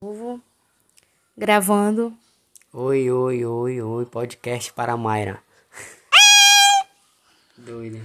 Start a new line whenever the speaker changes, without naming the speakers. novo, gravando.
Oi, oi, oi, oi, podcast para a Mayra. Doida.